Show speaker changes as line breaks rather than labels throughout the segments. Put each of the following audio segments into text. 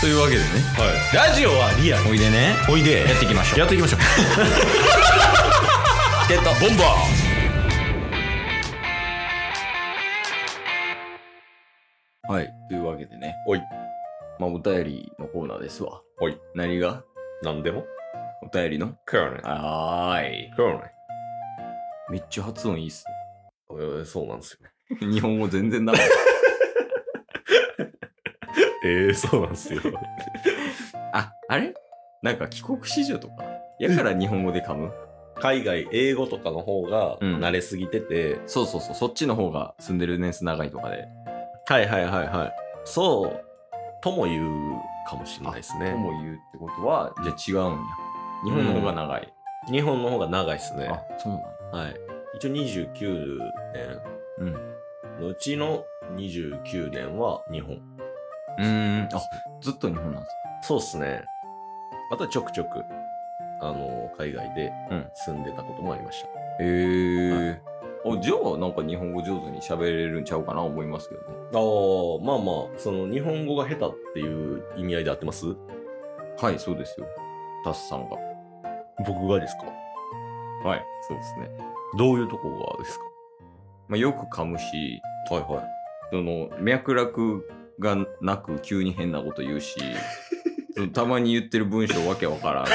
というわけでね
ラジオはリアル
おいでね
おいで
やっていきましょう
やっていきましょう
チケットボンバーはいというわけでね
おい
まあお便りのコーナーですわ
おい
何が
なんでも
お便りの
クーネ
はーい
クーネ
めっちゃ発音いいっ す
えーそうなんですよ
ね日本語全然なかっ
えー、そうなんですよ
たああれなんか帰国子女とかやから日本語で噛む
海外英語とかの方が
うん
慣れすぎてて、
そうそうそうそっちの方が住んでる年数長いとかで
はいはいはいはいそうとも言うかもしれないですね
とも言うってことはじゃあ違うんや日本の方が長い、
日本の方が長いですね
あそうなん
はい一応29年
うん
のうちの29年は日本
うーんあずっと日本なんです
そうっすね。あとはちょくちょく、あの、海外で
うん
住んでたこともありました。
へえーあじゃあなんか日本語上手に喋れるんちゃうかな思いますけどね
ああ、まあまあ、その、日本語が下手っていう意味合いで合ってます
はいそうですよタスさんが
僕がですか
はいそうですね、
どういうとこがですか
まあ、よく噛むし
はいはい。
その脈絡がなく急に変なこと言う しそのたまに言ってる文章わけわからん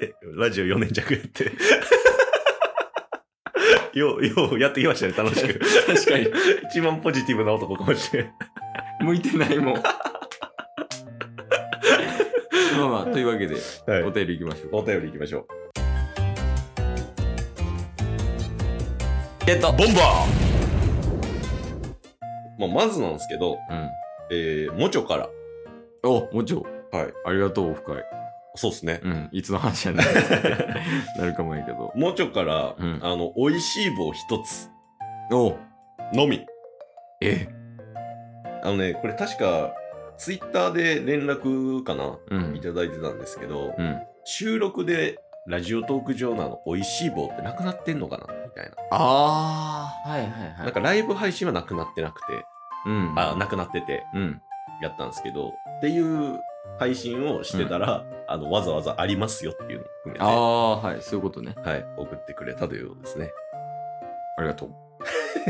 え、 ラジオ4年弱や って。よう、ようやってきましたね、楽しく。
確かに。
一番ポジティブな男かもしれん。
向いてない もんまあまあというわけで
はい
お便りいきましょう
お便り行きましょう。
ゲット
ボンバーまあ、まずなんですけど、
うん
えー、もちょから。
おもちろん
はい。
ありがとうオフ会
そうっすね。
うんいつの話やねんなるかもやけど
もうちょから、
うん
あの美味しい棒一つ
お
のみ
え
あのねこれ確かツイッターで連絡かな、
うん
いただいてたんですけど、
うん
収録でラジオトーク上のあの美味しい棒ってなくなってんのかなみたいな、
ああはいはいは
なんかライブ配信はなくなってなくて
うん
あなくなってて
うん
やったんですけどっていう配信をしてたら、あのわざわざありますよっていうのを含めて
ああはいそういうことね
はい、送ってくれたというようですね。
ありがとう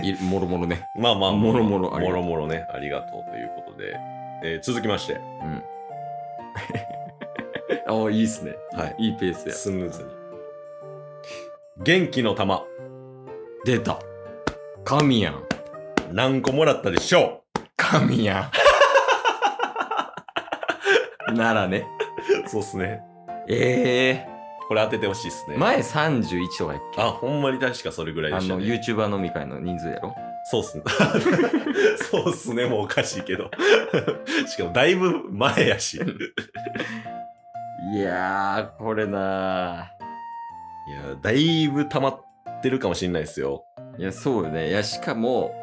いもろもろね
まあまあ、
もろもろあ
も
りがと
ろ
う
もろね、ありがとうということで、えー続きまして、
うん ああいいっすね
はい、
いいペースや
スムーズに。元気の玉、
出た神やん
何個もらったでしょ
神やん ならね
うそうっすね。
ええ
これ当ててほしいっすね。
前31とかやっけ
あ、ほんまに確かそれぐらいで
あ
した
の
ね。
YouTuber 飲み会の人数やろ
そうっすね。 そうっすね、もうおかしいけど。 しかもだいぶ前やし。
い
い
やー、これな
や、だいぶ溜まってるかもしんないですよ。
ー。いや、そうよね。いや、しかも、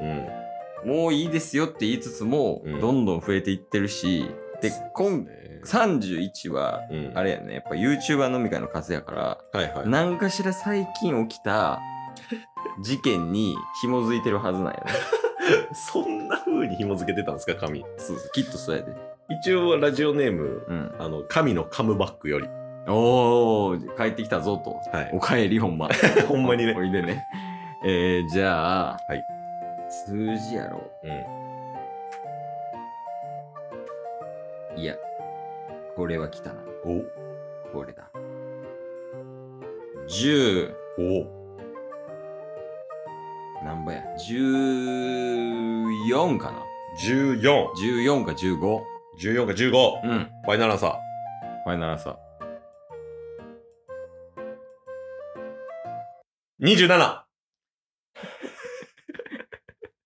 うん。
もういいですよって言いつつも、
うん
どんどん増えていってるし、で、今、31は、
うん、
あれやね、やっぱ YouTuber 飲み会の数やから、
はいはい。
何かしら最近起きた事件に紐づいてるはずなんやね。
そんな風に紐付けてたんですか、神。
そうそう、きっとそうやで。
一応、ラジオネーム、
うん。
あの、神のカムバックより。
おー、帰ってきたぞと。
はい
おかえり、ほんま。
ほんまにね
おいでね。えー、じゃあ、
はい
数字やろ
うん。
う。いや、これは来たな。
お
これだ。10、
お
何倍や ?14 かな ?14
14!14
か15。うん。
か15、
フ
ファイナルアンサ
ァイナルアンサー。
ー。27!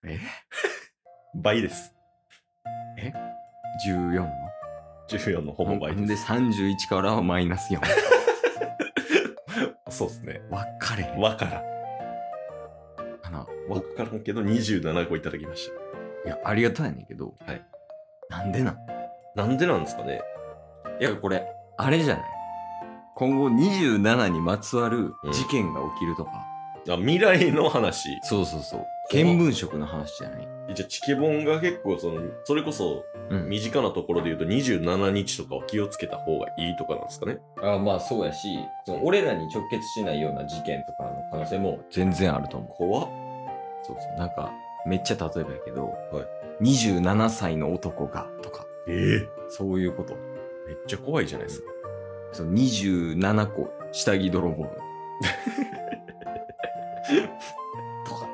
え
倍です。
?14 の
14のほぼ倍
んで
で
31からはマイナス4。
す。そうですね。
分かれへん
わからん。
かな。
わからんけど、27個いただきまし
いや、ありがたいねんけど。
はい
なんでなん
た。なんでなんですかね
いや、これ、あれじゃない今後27にまつわる事件が起きるとか。
あ未来の話。
そうそうそう。見聞色の話じゃない。
じゃあチケボンが結構そのそれこそ
うん。
身近なところで言うと27日とかは気をつけた方がいいとかなんですかね
あまあそうやし、その俺らに直結しないような事件とかの可能性も全然あると思う。
怖っ
そうそう。なんか、めっちゃ例えばやけど、
は
27歳の男がとか、
ええ
そういうこと。
めっちゃ怖いじゃないですか
その27個下着泥棒。 とか。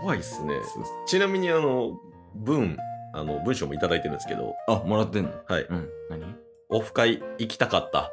怖いっすね
そうそう
ちなみにあの文あの文章もいただいてるんですけど
あ、もらってんの
はい
うん。何
オフ会行きたかった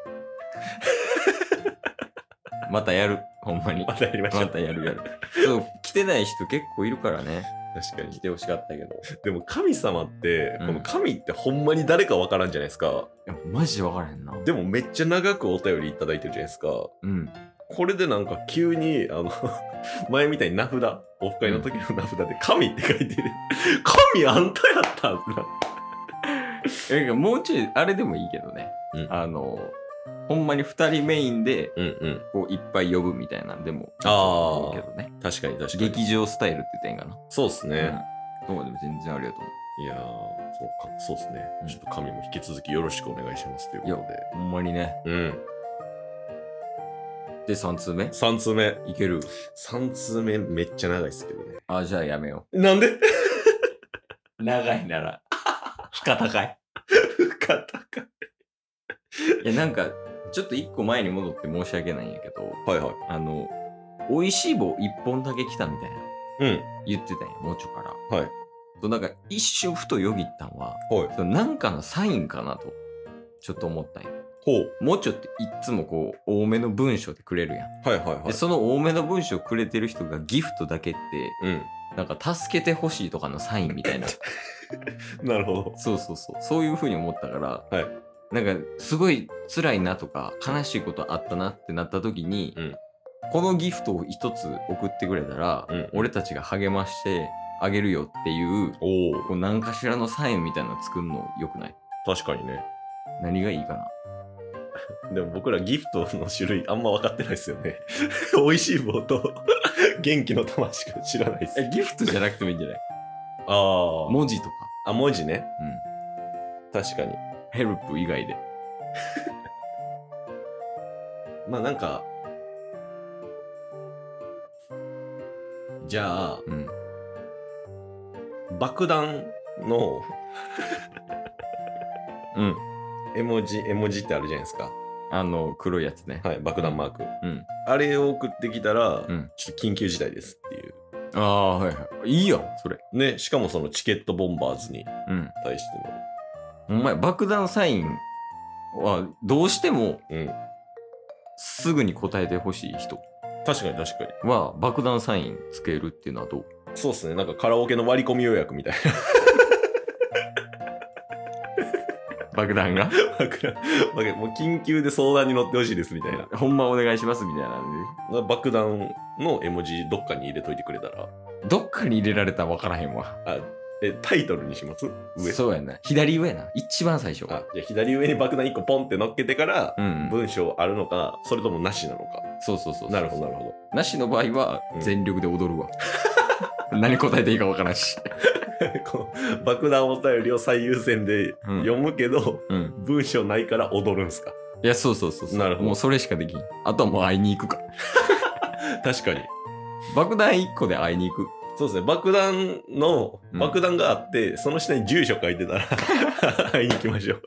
またやる。ほん まに。
またやりましょう
またやるやる。そう、来てない人結構いるからね。
確かに
来てほしかったけ ど。い
でも神様って、
うん
この神ってほんまに誰かわからんじゃないですか
や、マジで分からへんな。
でもめっちゃ長くお便りいただいてるじゃないですか
うん。
これでなんか急にあの 前みたいに名札オフ会の時の名札で「神」って書いてる「神あんたやったんだ
え、もうちょい、あれでもいいけどね。
うん
あの、ほんまに2人メインで、」
うんうん
こう、いっぱい呼ぶみたいなんでも、
あー
いいけどね。
確かに確かに
劇場スタイルって言ったらいいんか
そうっすね、
な。うん。そうでも全然ありがと思
いやーそうかそうっすね、
うん
ちょっと神も引き続きよろしくお願いしますということで
う。ほんまにね。
うん
で、3通目
3通目
いける。
3通目めっちゃ長いっすけどね
あ、じゃあやめよ
なんで
う。長いなら、 負荷高い。
深高い
いや、なんか、ちょっと1個前に戻って申し訳ないんやけど、
はいはい
あの、美味しい棒1本だけ来たみたいな
うん
言ってたんや、もうちょから。
はい。
そうなんか一瞬ふとよぎったんは、
はい
そのなんかのサインかなと、ちょっと思ったんや。
ほう
もうちょっていっつもこう、多めの文章でくれるやん。
はいはいはい
で、その多めの文章くれてる人がギフトだけって、
う
なんか助けてほしいとかのサインみたい な。
んなるほど
そうそうそう。そういうふうに思ったから、
はい
なんか、すごい辛いなとか、悲しいことあったなってなった時に、
うん
このギフトを一つ送ってくれたら、
うん
俺たちが励ましてあげるよっていう、
おお
こう何かしらのサインみたいなの作るの良くない
確かにね
何がいいかな
でも僕らギフトの種類あんま分かってないですよね 美味しい棒と 元気の玉しか知らないです
え、ギフトじゃなくてもいいんじゃない
あ
文字とか。
ああ文字ね
うん。
確かに
ヘルプ以外で。
まあなんかじゃあ
うん。
爆弾の
うん。
絵文字絵文字ってあるじゃないですか
あの、黒いやつね。
はい爆弾マーク
うん。
あれを送ってきたら、
うん
ちょっと緊急事態ですっていう
ああ、はいはい。いいよ、それ。
ねしかもそのチケットボンバーズに
うん。
対しての
お前、爆弾サインは、どうしても、
うん
すぐに答えてほしい人
確かに確かに
は、爆弾サインつけるっていうのはどう
そうっすねなんかカラオケの割り込み予約みたいな
爆弾が
爆弾爆 弾もう緊急で相談に乗ってほしいですみたいな
ほんまお願いしますみたいなん
爆弾の絵文字どっかに入れといてくれたら
で。どっかに入れられたら分からへんわ。
あえタイトルにします上
そうやな。左上やな。一番最初。
あじゃあ左上に爆弾1個ポンって乗っけてから、
うん。
文章あるのかそれともなしなのか
そうそうそうそう。
なるほどなる ほ
なしの場合は
う、ん
全力で踊るわ。 何答えていいか分からんし。
どこの爆弾お便りを最優先
う
で
ん
読むけど、
うん。
文章ないから踊るんすか
いや、そうそうそうそう。
なるほど
もうそれしかできん。あとはもう会いに行くか。
確かに
爆弾1個で会いに行く。
そうですね爆弾の
うん
爆弾があって、その下に住所書いてたら 会いに行きましょ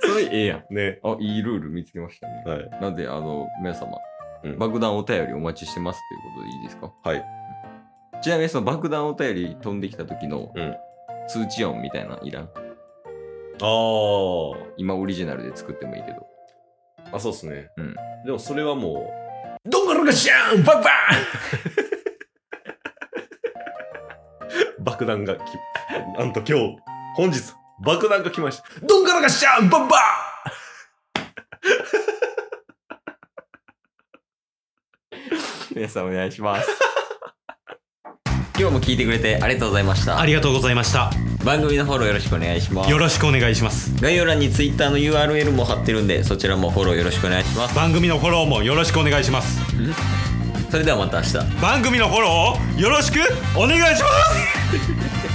それええやん。
うね
あ、いいルール見つけましたね。
はい
なんで、あの、皆様、
うん
爆弾お便りお待ちしてますということでいいですか
はい。
ちなみにその爆弾お便り飛んできた時の
うん
通知音みたいなのいらん。
あ
今オリジナルで作ってもいいけど。
あ、あ、そうっすね。
うん
でもそれはもう、どんがろがしゃーんバンバン 爆弾がき、なんと今日、本日、爆弾が来ました。どんがろがしゃーんバンバ
皆さんお願いします。今日も聞いてくれてありがとうございました
あ。りがとうございました。
番組のフォローよろしくお願いします
よ。ろしくお願いします。
概要欄に Twitter の URL も貼ってるんで、そちらもフォローよろしくお願いします。
番組のフォローもよろしくお願いします。
それではまた明日
番組のフォローをよろしくお願いします